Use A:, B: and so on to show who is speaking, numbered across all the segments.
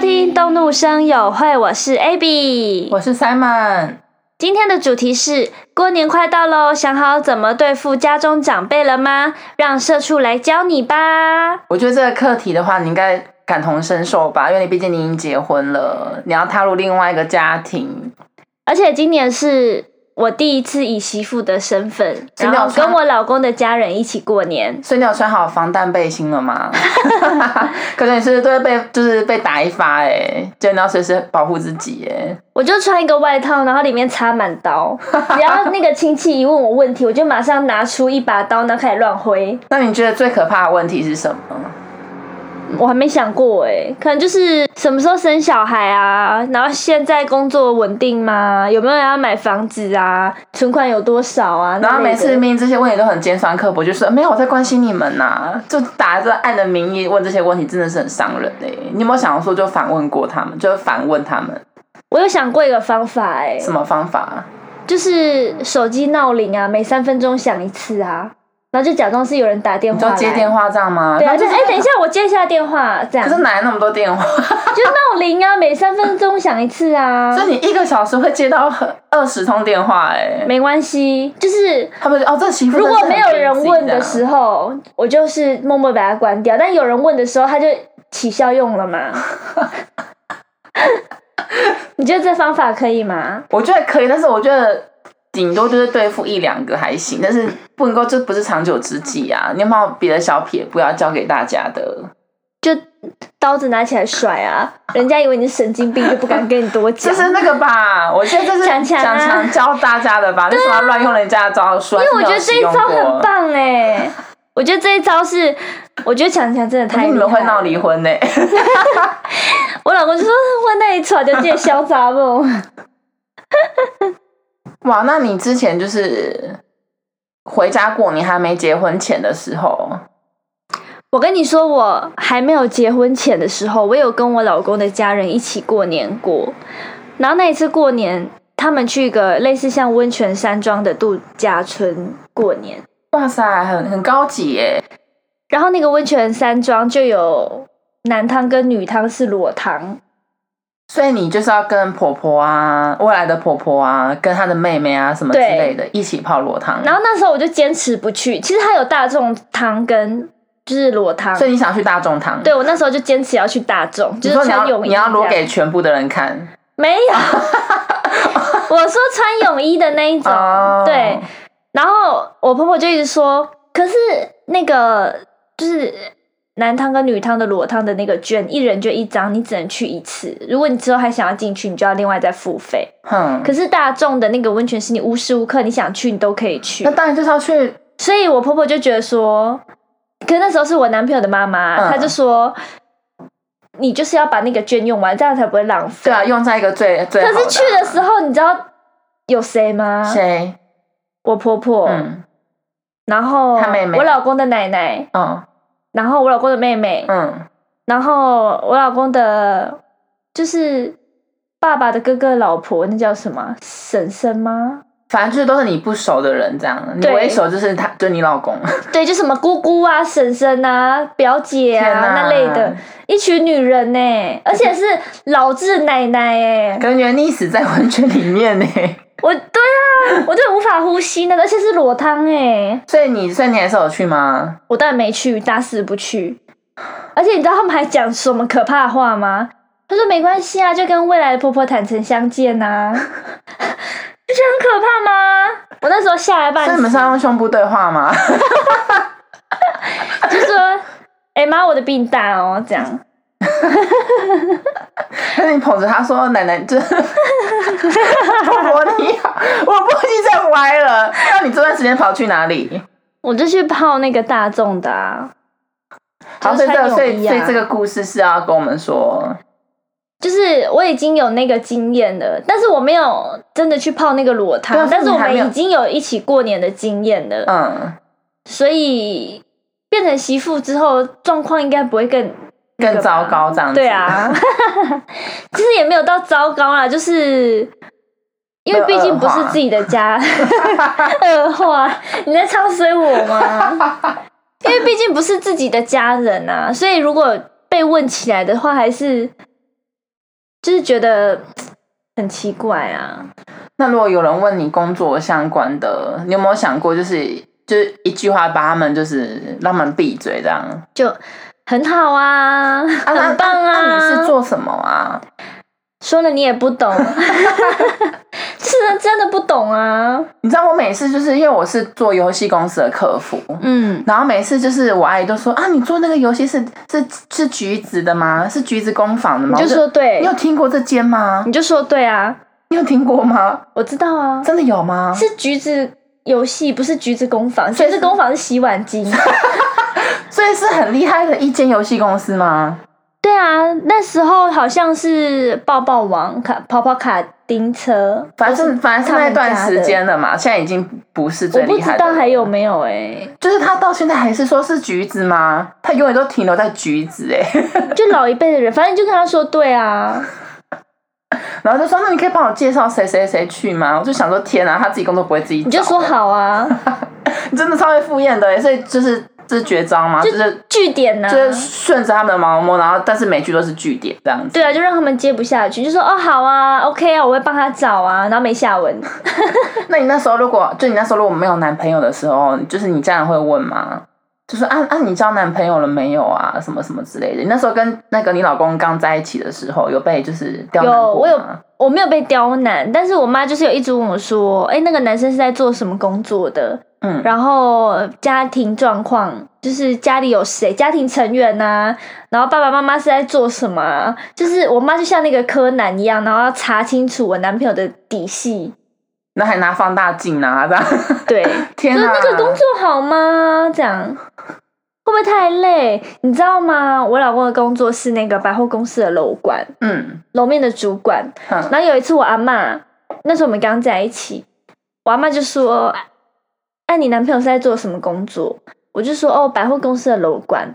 A: 听《动怒声友会》，我是 Abby，
B: 我是 Simon。
A: 今天的主题是过年快到喽，想好怎么对付家中长辈了吗？让社畜来教你吧。
B: 我觉得这个课题的话，你应该感同身受吧，因为你毕竟你已经结婚了，你要踏入另外一个家庭，
A: 而且今年是我第一次以媳妇的身份，
B: 真
A: 然
B: 的
A: 后
B: 要穿
A: 跟我老公的家人一起过年。
B: 所以你有穿好防弹背心了吗？可是你是不是都会被就是被打一发哎、就你要随时保护自己哎、
A: 我就穿一个外套，然后里面插满刀，只要那个亲戚一问我问题，我就马上拿出一把刀，然后开始乱挥。
B: 那你觉得最可怕的问题是什么？
A: 我还没想过哎、可能就是什么时候生小孩啊，然后现在工作稳定吗？有没有人要买房子啊？存款有多少啊？
B: 然
A: 那
B: 后
A: 类
B: 每
A: 的
B: 次明明这些问题都很尖酸刻薄，就说没有我在关心你们呐、就打着爱的名义问这些问题，真的是很伤人哎、你有没有想说就反问过他们，就反问他们
A: 我有想过一个方法哎、
B: 什么方法？
A: 就是手机闹铃啊，每三分钟响一次啊，然后就假装是有人打电
B: 你
A: 话
B: 就
A: 来。
B: 接电话这样吗？
A: 对啊，
B: 那
A: 就
B: 就是
A: 哎、等一下，我接一下电话，这样
B: 可
A: 就是
B: 哪来那么多电话？
A: 闹铃啊，每三分钟响一次啊，
B: 所以你一个小时会接到二十通电话哎、
A: 没关系，就是
B: 他们就哦，这媳妇
A: 如果没有人问的
B: 候，
A: 时候，我就是默默把它关掉；但有人问的时候，它就起效用了嘛。 你觉得这方法可以吗？
B: 我觉得可以，但是我觉得顶多就是对付一两个还行，但是不能够这不是长久之计啊！你有没有别的小撇步要教给大家
A: 啊
B: 的？
A: 就刀子拿起来甩啊，人家以为你是神经病，就不敢跟你多
B: 这
A: 讲。
B: 是那个吧？我觉得这是
A: 强
B: 想
A: 强啊
B: 强教大家的吧？为什么要乱用人家的招数？因
A: 因为我觉得这一招很。棒哎、我觉得这一招是，我觉得强强真的
B: 可
A: 太厉
B: 是
A: 害
B: 你
A: 了。
B: 们会闹离婚呢、
A: 我老公就说：“我那一喘就借潇洒不？
B: 哇，那你之前就是回家过年还没结婚前的时候，
A: 我跟你说，我还没有结婚前的时候，我有跟我老公的家人一起过年过。然后那一次过年，他们去一个类似像温泉山庄的度假村过年。
B: 哇塞，很很高级耶！
A: 然后那个温泉山庄就有男汤跟女汤是裸汤，
B: 所以你就是要跟婆婆啊，未来的婆婆啊，跟她的妹妹啊什么之
A: 对
B: 类的，一起泡裸汤。
A: 然后那时候我就坚持不去。其实它有大众汤跟就是裸汤，
B: 所以你想去大众汤？，
A: 对我那时候就坚持要去大众，就
B: 你
A: 是
B: 说你
A: 穿
B: 要
A: 泳衣
B: 你要裸
A: 这样
B: 给全部的人看
A: 没 有，我说穿泳衣的那一种，
B: 哦
A: 对。然后我婆婆就一直说，可是那个就是男汤跟女汤的裸汤的那个券，一人就一张，你只能去一次。如果你之后还想要进去，你就要另外再付费。
B: 哼，
A: 可是大众的那个温泉是你无时无刻你想去，你都可以去
B: 那。当然就是要去
A: 所以我婆婆就觉得说，可是那时候是我男朋友的妈妈，
B: 嗯
A: 她就说。你就是要把那个券用完，这样才不会浪费。
B: 对啊，用在一个最最好
A: 可
B: 的啊。
A: 是去的时候，你知道有谁吗？
B: 谁？
A: 我婆婆，
B: 嗯
A: 然后
B: 她妹妹
A: 我老公的奶奶，
B: 嗯
A: 然后我老公的妹妹，
B: 嗯，
A: 然后我老公的，就是爸爸的哥哥的老婆，那叫什么婶婶吗？
B: 反正就是都是你不熟的人这样，你
A: 对
B: 唯一熟就是他，就你老公。
A: 对，就什么姑姑啊、婶婶啊、表姐
B: 天
A: 啊
B: 哪
A: 那类的，一群女人呢、而且是老质奶奶哎、
B: 感觉溺死在温泉里面呢、
A: 我对啊，我真的无法呼吸那个，而且是裸汤哎、
B: 所以你，所以你还是有去吗？
A: 我当然没去，打死不去。而且你知道他们还讲什么可怕的话吗？他说没关系啊，就跟未来的婆婆坦诚相见呐、啊， 不是很可怕吗？我那时候吓了半
B: 所以你
A: 死
B: 们，是要用胸部对话吗？
A: 就说：“哎、妈，我的病大哦。”这样，
B: 但是你捧着他说：“奶奶， 这婆婆你好，啊我不行再歪了。”那你这段时间跑去哪里？
A: 我就去泡那个大众的啊，
B: 好，
A: 就
B: 所以这
A: 穿
B: 个，所
A: 泳
B: 以
A: 衣
B: 所以
A: 啊
B: 这。个故事是要跟我们说，
A: 就是我已经有那个经验了，但是我没有真的去泡那个裸
B: 对啊
A: 汤，
B: 所以
A: 但是
B: 你
A: 我
B: 还
A: 们
B: 没有
A: 已经有一起过年的经验了。
B: 嗯，
A: 所以变成媳妇之后，状况应该不会更
B: 更糟。糕这样子。
A: 对，啊， 其实也没有到糟糕啦，就是因为毕竟不是自己的 家，恶化。你在唱衰我吗？ 因为毕竟不是自己的家人啊，所以如果被问起来的话，还是就是觉得嘖很奇怪啊。
B: 那如果有人问你工作相关的，你有没有想过，就是就是一句话把他们就是让他们闭嘴这样？
A: 就很好啊，
B: 啊那
A: 很棒啊。
B: 那你是做什么啊？
A: 说了你也不 懂，是真的不懂啊。
B: 你知道我每次就是因为我是做游戏公司的客服，
A: 嗯，
B: 然后每次就是我阿姨都说啊，你做那个游戏是是是橘子的吗？是橘子工坊的
A: 你
B: 吗？
A: 就
B: 我
A: 说对
B: 你，有听过这间吗？
A: 你就说对啊，
B: 你有听过吗？
A: 我知道啊，
B: 真的有吗？
A: 是橘子游戏，不是橘子工坊，橘子工坊是洗碗机。
B: 所以是很厉害的一间游戏公司吗？
A: 对啊，那时候好像是抱抱王卡、跑跑卡丁车，
B: 反正反正是那段时间了嘛，现在已经不是
A: 我
B: 最
A: 不
B: 厉害
A: 知
B: 的。
A: 道还有没有哎、
B: 就是他到现在还是说是橘子吗？他永远都停留在橘子哎、
A: 就老一辈的人，反正就跟他说对啊，
B: 然后就说那你可以帮我介绍谁谁谁去吗？我就想说天啊，他自己工作不会自己找
A: 你就说好啊，
B: 你真的超会敷衍的耶，欸所以就是这是绝招吗？就是嗯
A: 据点啊呐、
B: 就是顺着他们的毛摸，然后但是每句都是句点这样子。
A: 对啊，就让他们接不下去，就说哦好啊，OK 啊，我会帮他找啊，然后没下文。
B: 那你那时候如果就你那时候如果没有男朋友的时候，就是你家人会问吗？就是啊啊，你交男朋友了没有啊？什么什么之类的。你那时候跟那个你老公刚在一起的时候，有被就是刁难
A: 有
B: 过
A: 我有
B: 吗？
A: 我没有被刁难，但是我妈就是有一直问我说，哎、那个男生是在做什么工作的？
B: 嗯，
A: 然后家庭状况，就是家里有谁，家庭成员呐、然后爸爸妈妈是在做什么啊、就是我妈就像那个柯南一样，然后要查清楚我男朋友的底细。
B: 那还拿放大镜啊，这样。
A: 对，
B: 天
A: 就是
B: 哪！
A: 那个工作好吗？这样会不会太累？你知道吗？我老公的工作是那个百货公司的楼管，
B: 嗯，
A: 楼面的主管。
B: 嗯
A: 然后有一次我阿嬷，那时候我们刚在一起，我阿嬷就说：“哎、你男朋友是在做什么工作？”我就说：“哦，百货公司的楼管。”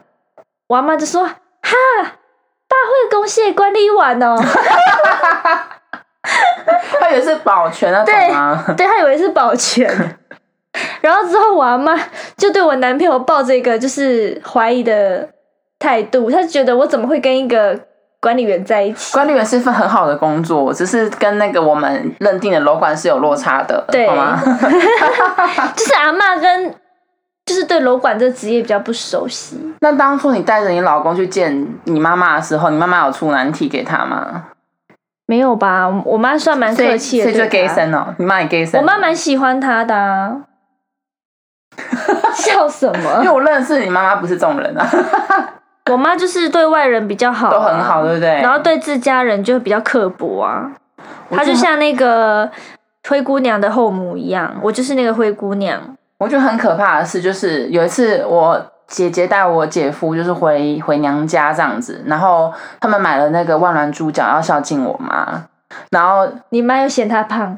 A: 我阿嬷就说：“哈，百货公司的管理员哦。”
B: 他也是保全那种吗？
A: 对他以为是保全。 然后之后我阿妈就对我男朋友抱着一个就是怀疑的态度，她觉得我怎么会跟一个管理员在一起？
B: 管理员是一份很好的工作，只是跟那个我们认定的楼管是有落差的，
A: 对
B: 好吗？
A: 就是阿妈跟就是对楼管这个职业比较不熟悉，
B: 那当初你带着你老公去见你妈妈的时候，你妈妈有出难题给他吗？
A: 没有吧？我妈算蛮
B: 所
A: 客
B: 以
A: 气的，
B: 所以就 gay
A: 对她
B: 生哦，你妈也 gay 生。
A: 我妈，蛮喜欢他的、啊。 笑什
B: 因为
A: 么？
B: 我认识你妈妈不是这种人啊，
A: 我妈就是对外人比较好、啊
B: 都很好，对不对？
A: 然后对自家人就比较刻薄啊。
B: 我
A: 她
B: 觉
A: 就
B: 得
A: 像那个灰姑娘的后母一样，我就是那个灰姑娘。
B: 我觉得很可怕的是，就是有一次我姐姐带我姐夫就是回回娘家这样子，然后他们买了那个万峦猪脚要孝敬我妈，然后
A: 你妈又嫌她 胖，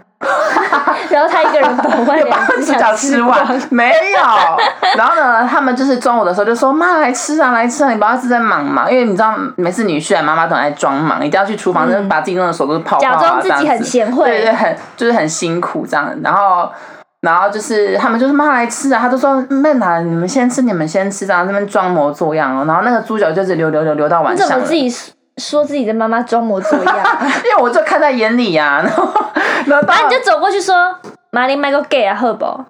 A: 然后她一个人把万两只
B: 主角
A: 脚
B: 吃
A: 吃
B: 完
A: 完。
B: 没 有。然后呢，他们就是中午的时候就说：“妈，来吃啊，来吃啊！”你不要是在忙嘛，因为你知道每次女婿来，妈妈都很爱装忙，一定要去厨房，就是把自己弄的手都是泡泡啊，
A: 假装自
B: 这样
A: 己
B: 子
A: 很贤
B: 对对，
A: 惠，
B: 很就是很辛苦这样。然后，然后就是他们就是妈来吃啊，他都说妹啊，你们先吃，你们先吃，这样这边装模作样哦。然后那个猪脚就是流流流流到晚
A: 你
B: 上
A: 怎
B: 了，
A: 么自己说说自己的妈妈装模作样？
B: 因为我就看在眼里呀、然后， 然后到
A: 那你就走过去说：“玛丽麦个 gay 啊，赫宝。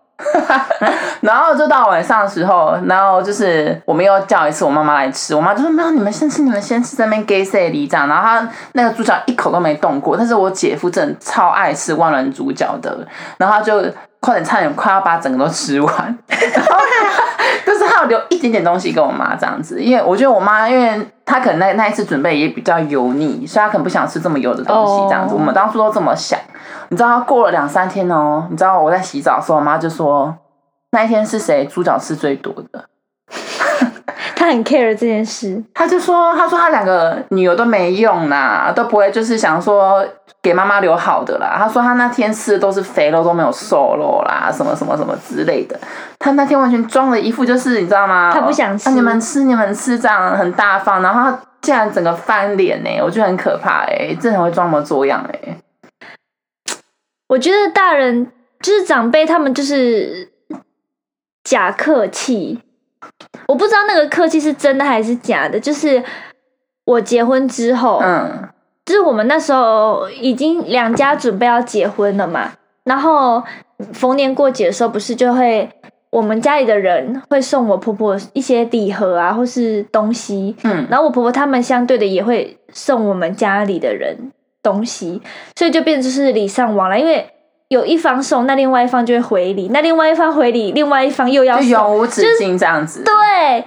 B: 然后就到晚上的时候，然后就是我们又叫一次我妈妈来吃，我妈就说没有，你们先吃，你们先吃，在那边给谁离这样。然后她那个猪脚一口都没动过，但是我姐夫真的超爱吃万能猪脚的，然后他就快点差点快要把整个都吃完， 然后就是他有留一点点东西给我妈这样子，因为我觉得我妈因为。她可能那那一次准备也比较油腻，所以她可能不想吃这么油的东西，这样子。
A: 哦
B: 我们当初都这么想，你知道过了两三天哦，你知道我在洗澡的时候，我妈就说那一天是谁猪脚吃最多的？”
A: 她很 care 这件事，
B: 她就说：“她说她两个女儿都没用啦，都不会就是想说给妈妈留好的啦。”她说她那天吃的都是肥肉，都没有瘦肉啦，什么什么什么之类的。她那天完全装了一副就是你知道吗？
A: 她不想吃
B: 啊你们吃你们吃这样很大方，然后她竟然整个翻脸呢、我觉得很可怕哎、真的很会装模作样哎、
A: 我觉得大人就是长辈，他们就是假客气。我不知道那个客气是真的还是假的。就是我结婚之后，
B: 嗯，
A: 就是我们那时候已经两家准备要结婚了嘛，然后逢年过节的时候，不是就会我们家里的人会送我婆婆一些礼盒啊，或是东西，
B: 嗯，
A: 然后我婆婆他们相对的也会送我们家里的人东西，所以就变成是礼尚往来，因为有一方送，那另外一方就会回礼，那另外一方回礼，另外一方又要
B: 就
A: 送，
B: 永无止境这样子。
A: 对。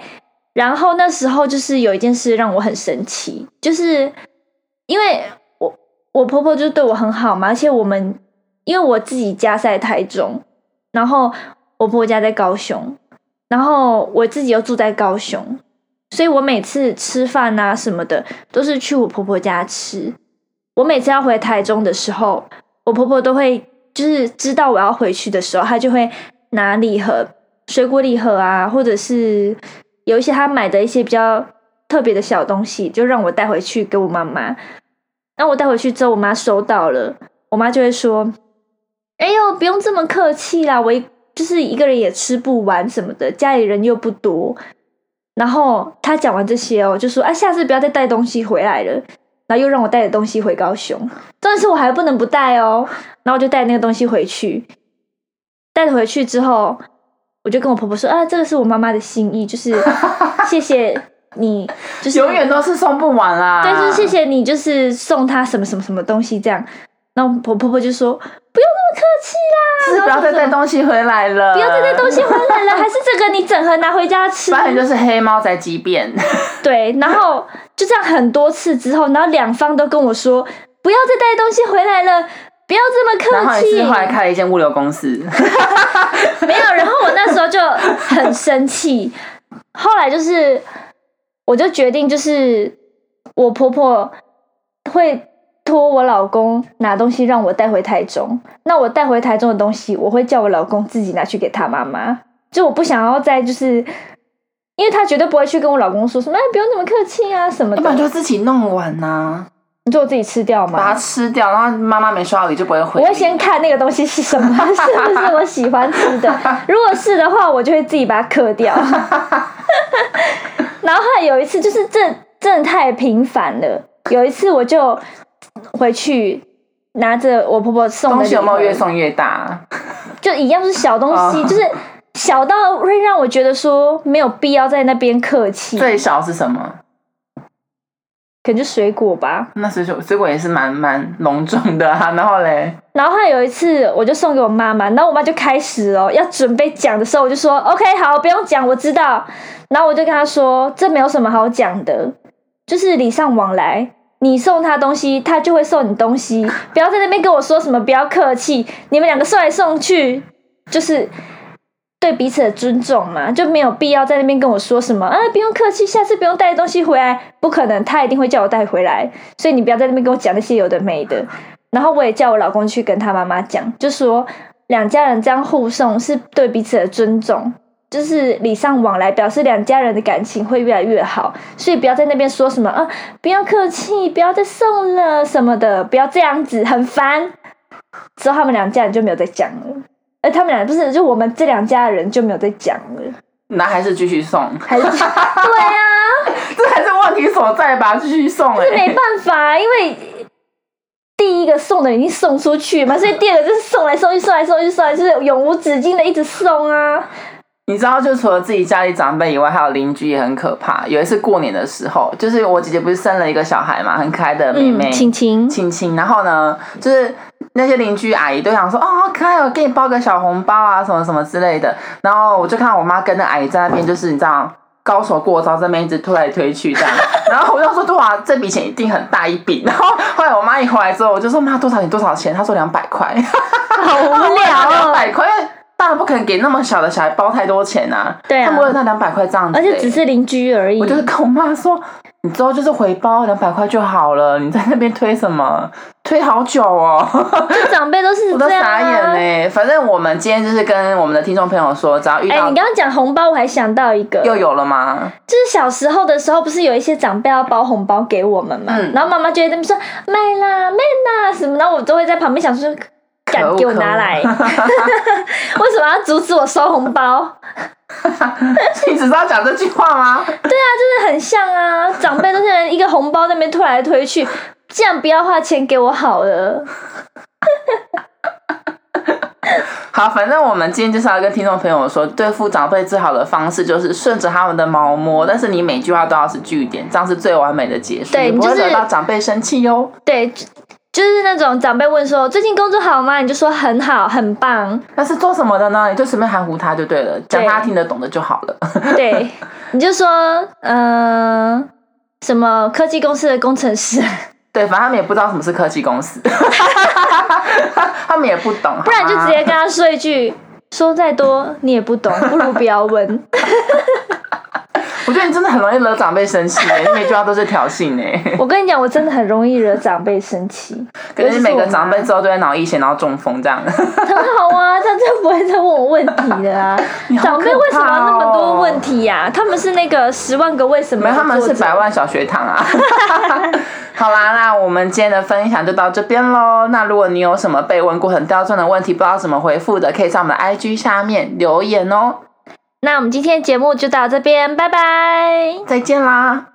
A: 然后那时候就是有一件事让我很生气，就是因为我我婆婆就是对我很好嘛，而且我们因为我自己家在台中，然后我婆婆家在高雄，然后我自己又住在高雄，所以我每次吃饭啊什么的都是去我婆婆家吃。我每次要回台中的时候，我婆婆都会就是知道我要回去的时候，她就会拿礼盒、水果礼盒啊，或者是有一些她买的一些比较特别的小东西，就让我带回去给我妈妈。那我带回去之后，我妈收到了，我妈就会说：“哎呦，不用这么客气啦，我一就是一个人也吃不完什么的，家里人又不多。”然后她讲完这些哦，就说：“啊，下次不要再带东西回来了。”然后又让我带着东西回高雄，但是我还不能不带哦。然后我就带那个东西回去，带回去之后，我就跟我婆婆说：“啊，这个是我妈妈的心意，就是谢谢你，就是
B: 永远都是送不完啦。
A: 但是谢
B: 啊
A: 谢你，就是送他什么什么什么东西这样。然后我婆婆就
B: 呃
A: 说：“不用那么客气
B: 就是
A: 啦，
B: 不要再带东西回来了，
A: 不要再带东西回来了，还是这个你整盒拿回家 吃。
B: 反正就是黑猫宅急便。
A: 对，然后就这样很多次之后，然后两方都跟我说：“不要再带东西回来了，不要这
B: 然
A: 么
B: 后
A: 客
B: 你
A: 气
B: 是。后来开了一间物流公司，
A: 没有，然后我那时候就很生气。后来就是，我就决定，就是我婆婆会托我老公拿东西让我带回台中。那我带回台中的东西，我会叫我老公自己拿去给他妈妈。就我不想要再就是，因为他绝对不会去跟我老公说什么，哎，不用那么客气啊什么
B: 要不然
A: 的。
B: 就自己弄完呐、
A: 你做我自己吃掉
B: 把
A: 嘛
B: 它。吃掉，然后妈妈没收到礼就不会
A: 我
B: 回礼。
A: 会先看那个东西是什 么，是不是我喜欢吃的。如果是的话，我就会自己把它刻 掉。然后后来有一次，就是这真的太频繁了。有一次我就回去拿着我婆婆送
B: 东
A: 的
B: 西有没有
A: 礼
B: 越
A: 盒
B: 送越大？
A: 就一样是小东西，
B: 哦
A: 就是小到会让我觉得说没有必要在那边客气，可
B: 最少是什么？
A: 能就水果吧。
B: 那水果水果也是蛮蛮隆重的啊。然后嘞，
A: 然后还有一次，我就送给我妈妈，然后我妈就开始哦，要准备讲的时候，我就说 OK，好，不用讲，我知道。然后我就跟她说，这没有什么好讲的，就是礼尚往来，你送她东西，她就会送你东西，不要在那边跟我说什么不要客气，你们两个送来送去，就是对彼此的尊重嘛，就没有必要在那边跟我说什么啊，不用客气，下次不用带东西回来，不可能，她一定会叫我带回来，所呃以你不要在那边跟我讲那些有的没的。然后我也叫我老公去跟他妈妈讲，就说两家人这样互送是对彼此的尊重，就是礼尚往来，表示两家人的感情会越来越好。所以不要在那边说什么啊，不要客气，不要再送了什么的，不要这样子，很烦。之后他们两家人就没有再讲了。哎，他们俩不是，就我们这两家人就没有再讲了，
B: 那还是继续送，
A: 还是对啊，
B: 这才是问题所在吧？继续送哎、
A: 这没办法，因为第一个送的已经送出去 嘛，所以第二个就是送来送去，送来送去，送来就是永无止境的一直送啊。
B: 你知道，就除了自己家里长辈以外，还有邻居也很可怕。有一次过年的时候，就是我姐姐不是生了一个小孩嘛，很可爱的妹妹，
A: 晴，
B: 嗯亲亲，然后呢，就是那些邻居阿姨都想说，哦，好可爱哦，给你包个小红包啊，什么什么之类的。然后我就看到我妈跟那阿姨在那边，就是你知道。高手过招，这边一直推来推去这 样，然后我就说：“哇，这笔钱一定很大一笔。”然后后来我妈一回来之后，我就说：“妈，多少钱？多少钱？”她说：“两百块。”
A: 好无聊
B: 两
A: 哦。
B: 百块，因为大人不可能给那么小的小孩包太多钱啊。
A: 对啊
B: 他们为了那两百块这样 子、
A: 而且只
B: 欸
A: 是邻居而已
B: 我，就是跟我妈说，你之后就是回包两百块就好了，你在那边推什么？推好久哦，
A: 长辈都是
B: 我都
A: 这样
B: 傻眼
A: 啊。
B: 呢、反正我们今天就是跟我们的听众朋友说，只要遇
A: 哎、
B: 到
A: 你刚刚讲红包，我还想到一个，
B: 又有了吗？
A: 就是小时候的时候，不是有一些长辈要包红包给我们嘛，
B: 嗯
A: 然后妈妈就会在那边说妹啦妹啦什么，然后我都会在旁边想说，
B: 可
A: 敢
B: 恶
A: 给我拿来，
B: 可恶
A: 为什么要阻止我收红包？
B: 你只知道讲这句话吗？
A: 很像啊，长辈都是一个红包在那边推来推去， 这样不要花钱给我好了。
B: 好，反正我们今天就是要跟听众朋友说，对付长辈最好的方式就是顺着他们的毛摸，但是你每句话都要是句点，这样是最完美的结束，
A: 对
B: 你不
A: 你
B: 会
A: 就是
B: 惹到长辈生气哟、
A: 对，就就是那种长辈问说最近工作好吗？你就说很好，很棒。
B: 但是做什么的呢？你就随便含糊他就对了，讲
A: 对
B: 他听得懂的就好了。
A: 对， 你就说嗯、呃什么科技公司的工程 师，
B: 对，反正他们也不知道什么是科技 公司， 他们也不懂，
A: 不然就
B: 好吗
A: 直接跟他说一句。说再多你也不懂，不如不要问。
B: 我觉得你真的很容易惹长辈生气耶，你每句话都是挑 衅哎，
A: 我跟你讲，我真的很容易惹长辈生气。
B: 可是每个长辈
A: 尤其
B: 之后都在脑溢血，然后中风 这样。
A: 很好啊，他就不会再问我问题的啊。
B: 你好哦
A: 长辈为什么要那么
B: 可怕哦
A: 多问题呀、他们是那个十万个为什么
B: 没
A: 的
B: 有，他
A: 作者？
B: 们是百万小学堂 啊。 好啦，那我们今天的分享就到这边喽。那如果你有什么被问过很刁钻的问题，不知道怎么回复的，可以在我们的 IG 下面留言哦。
A: 那我们今天的节目就到这边，拜拜。
B: 再见啦！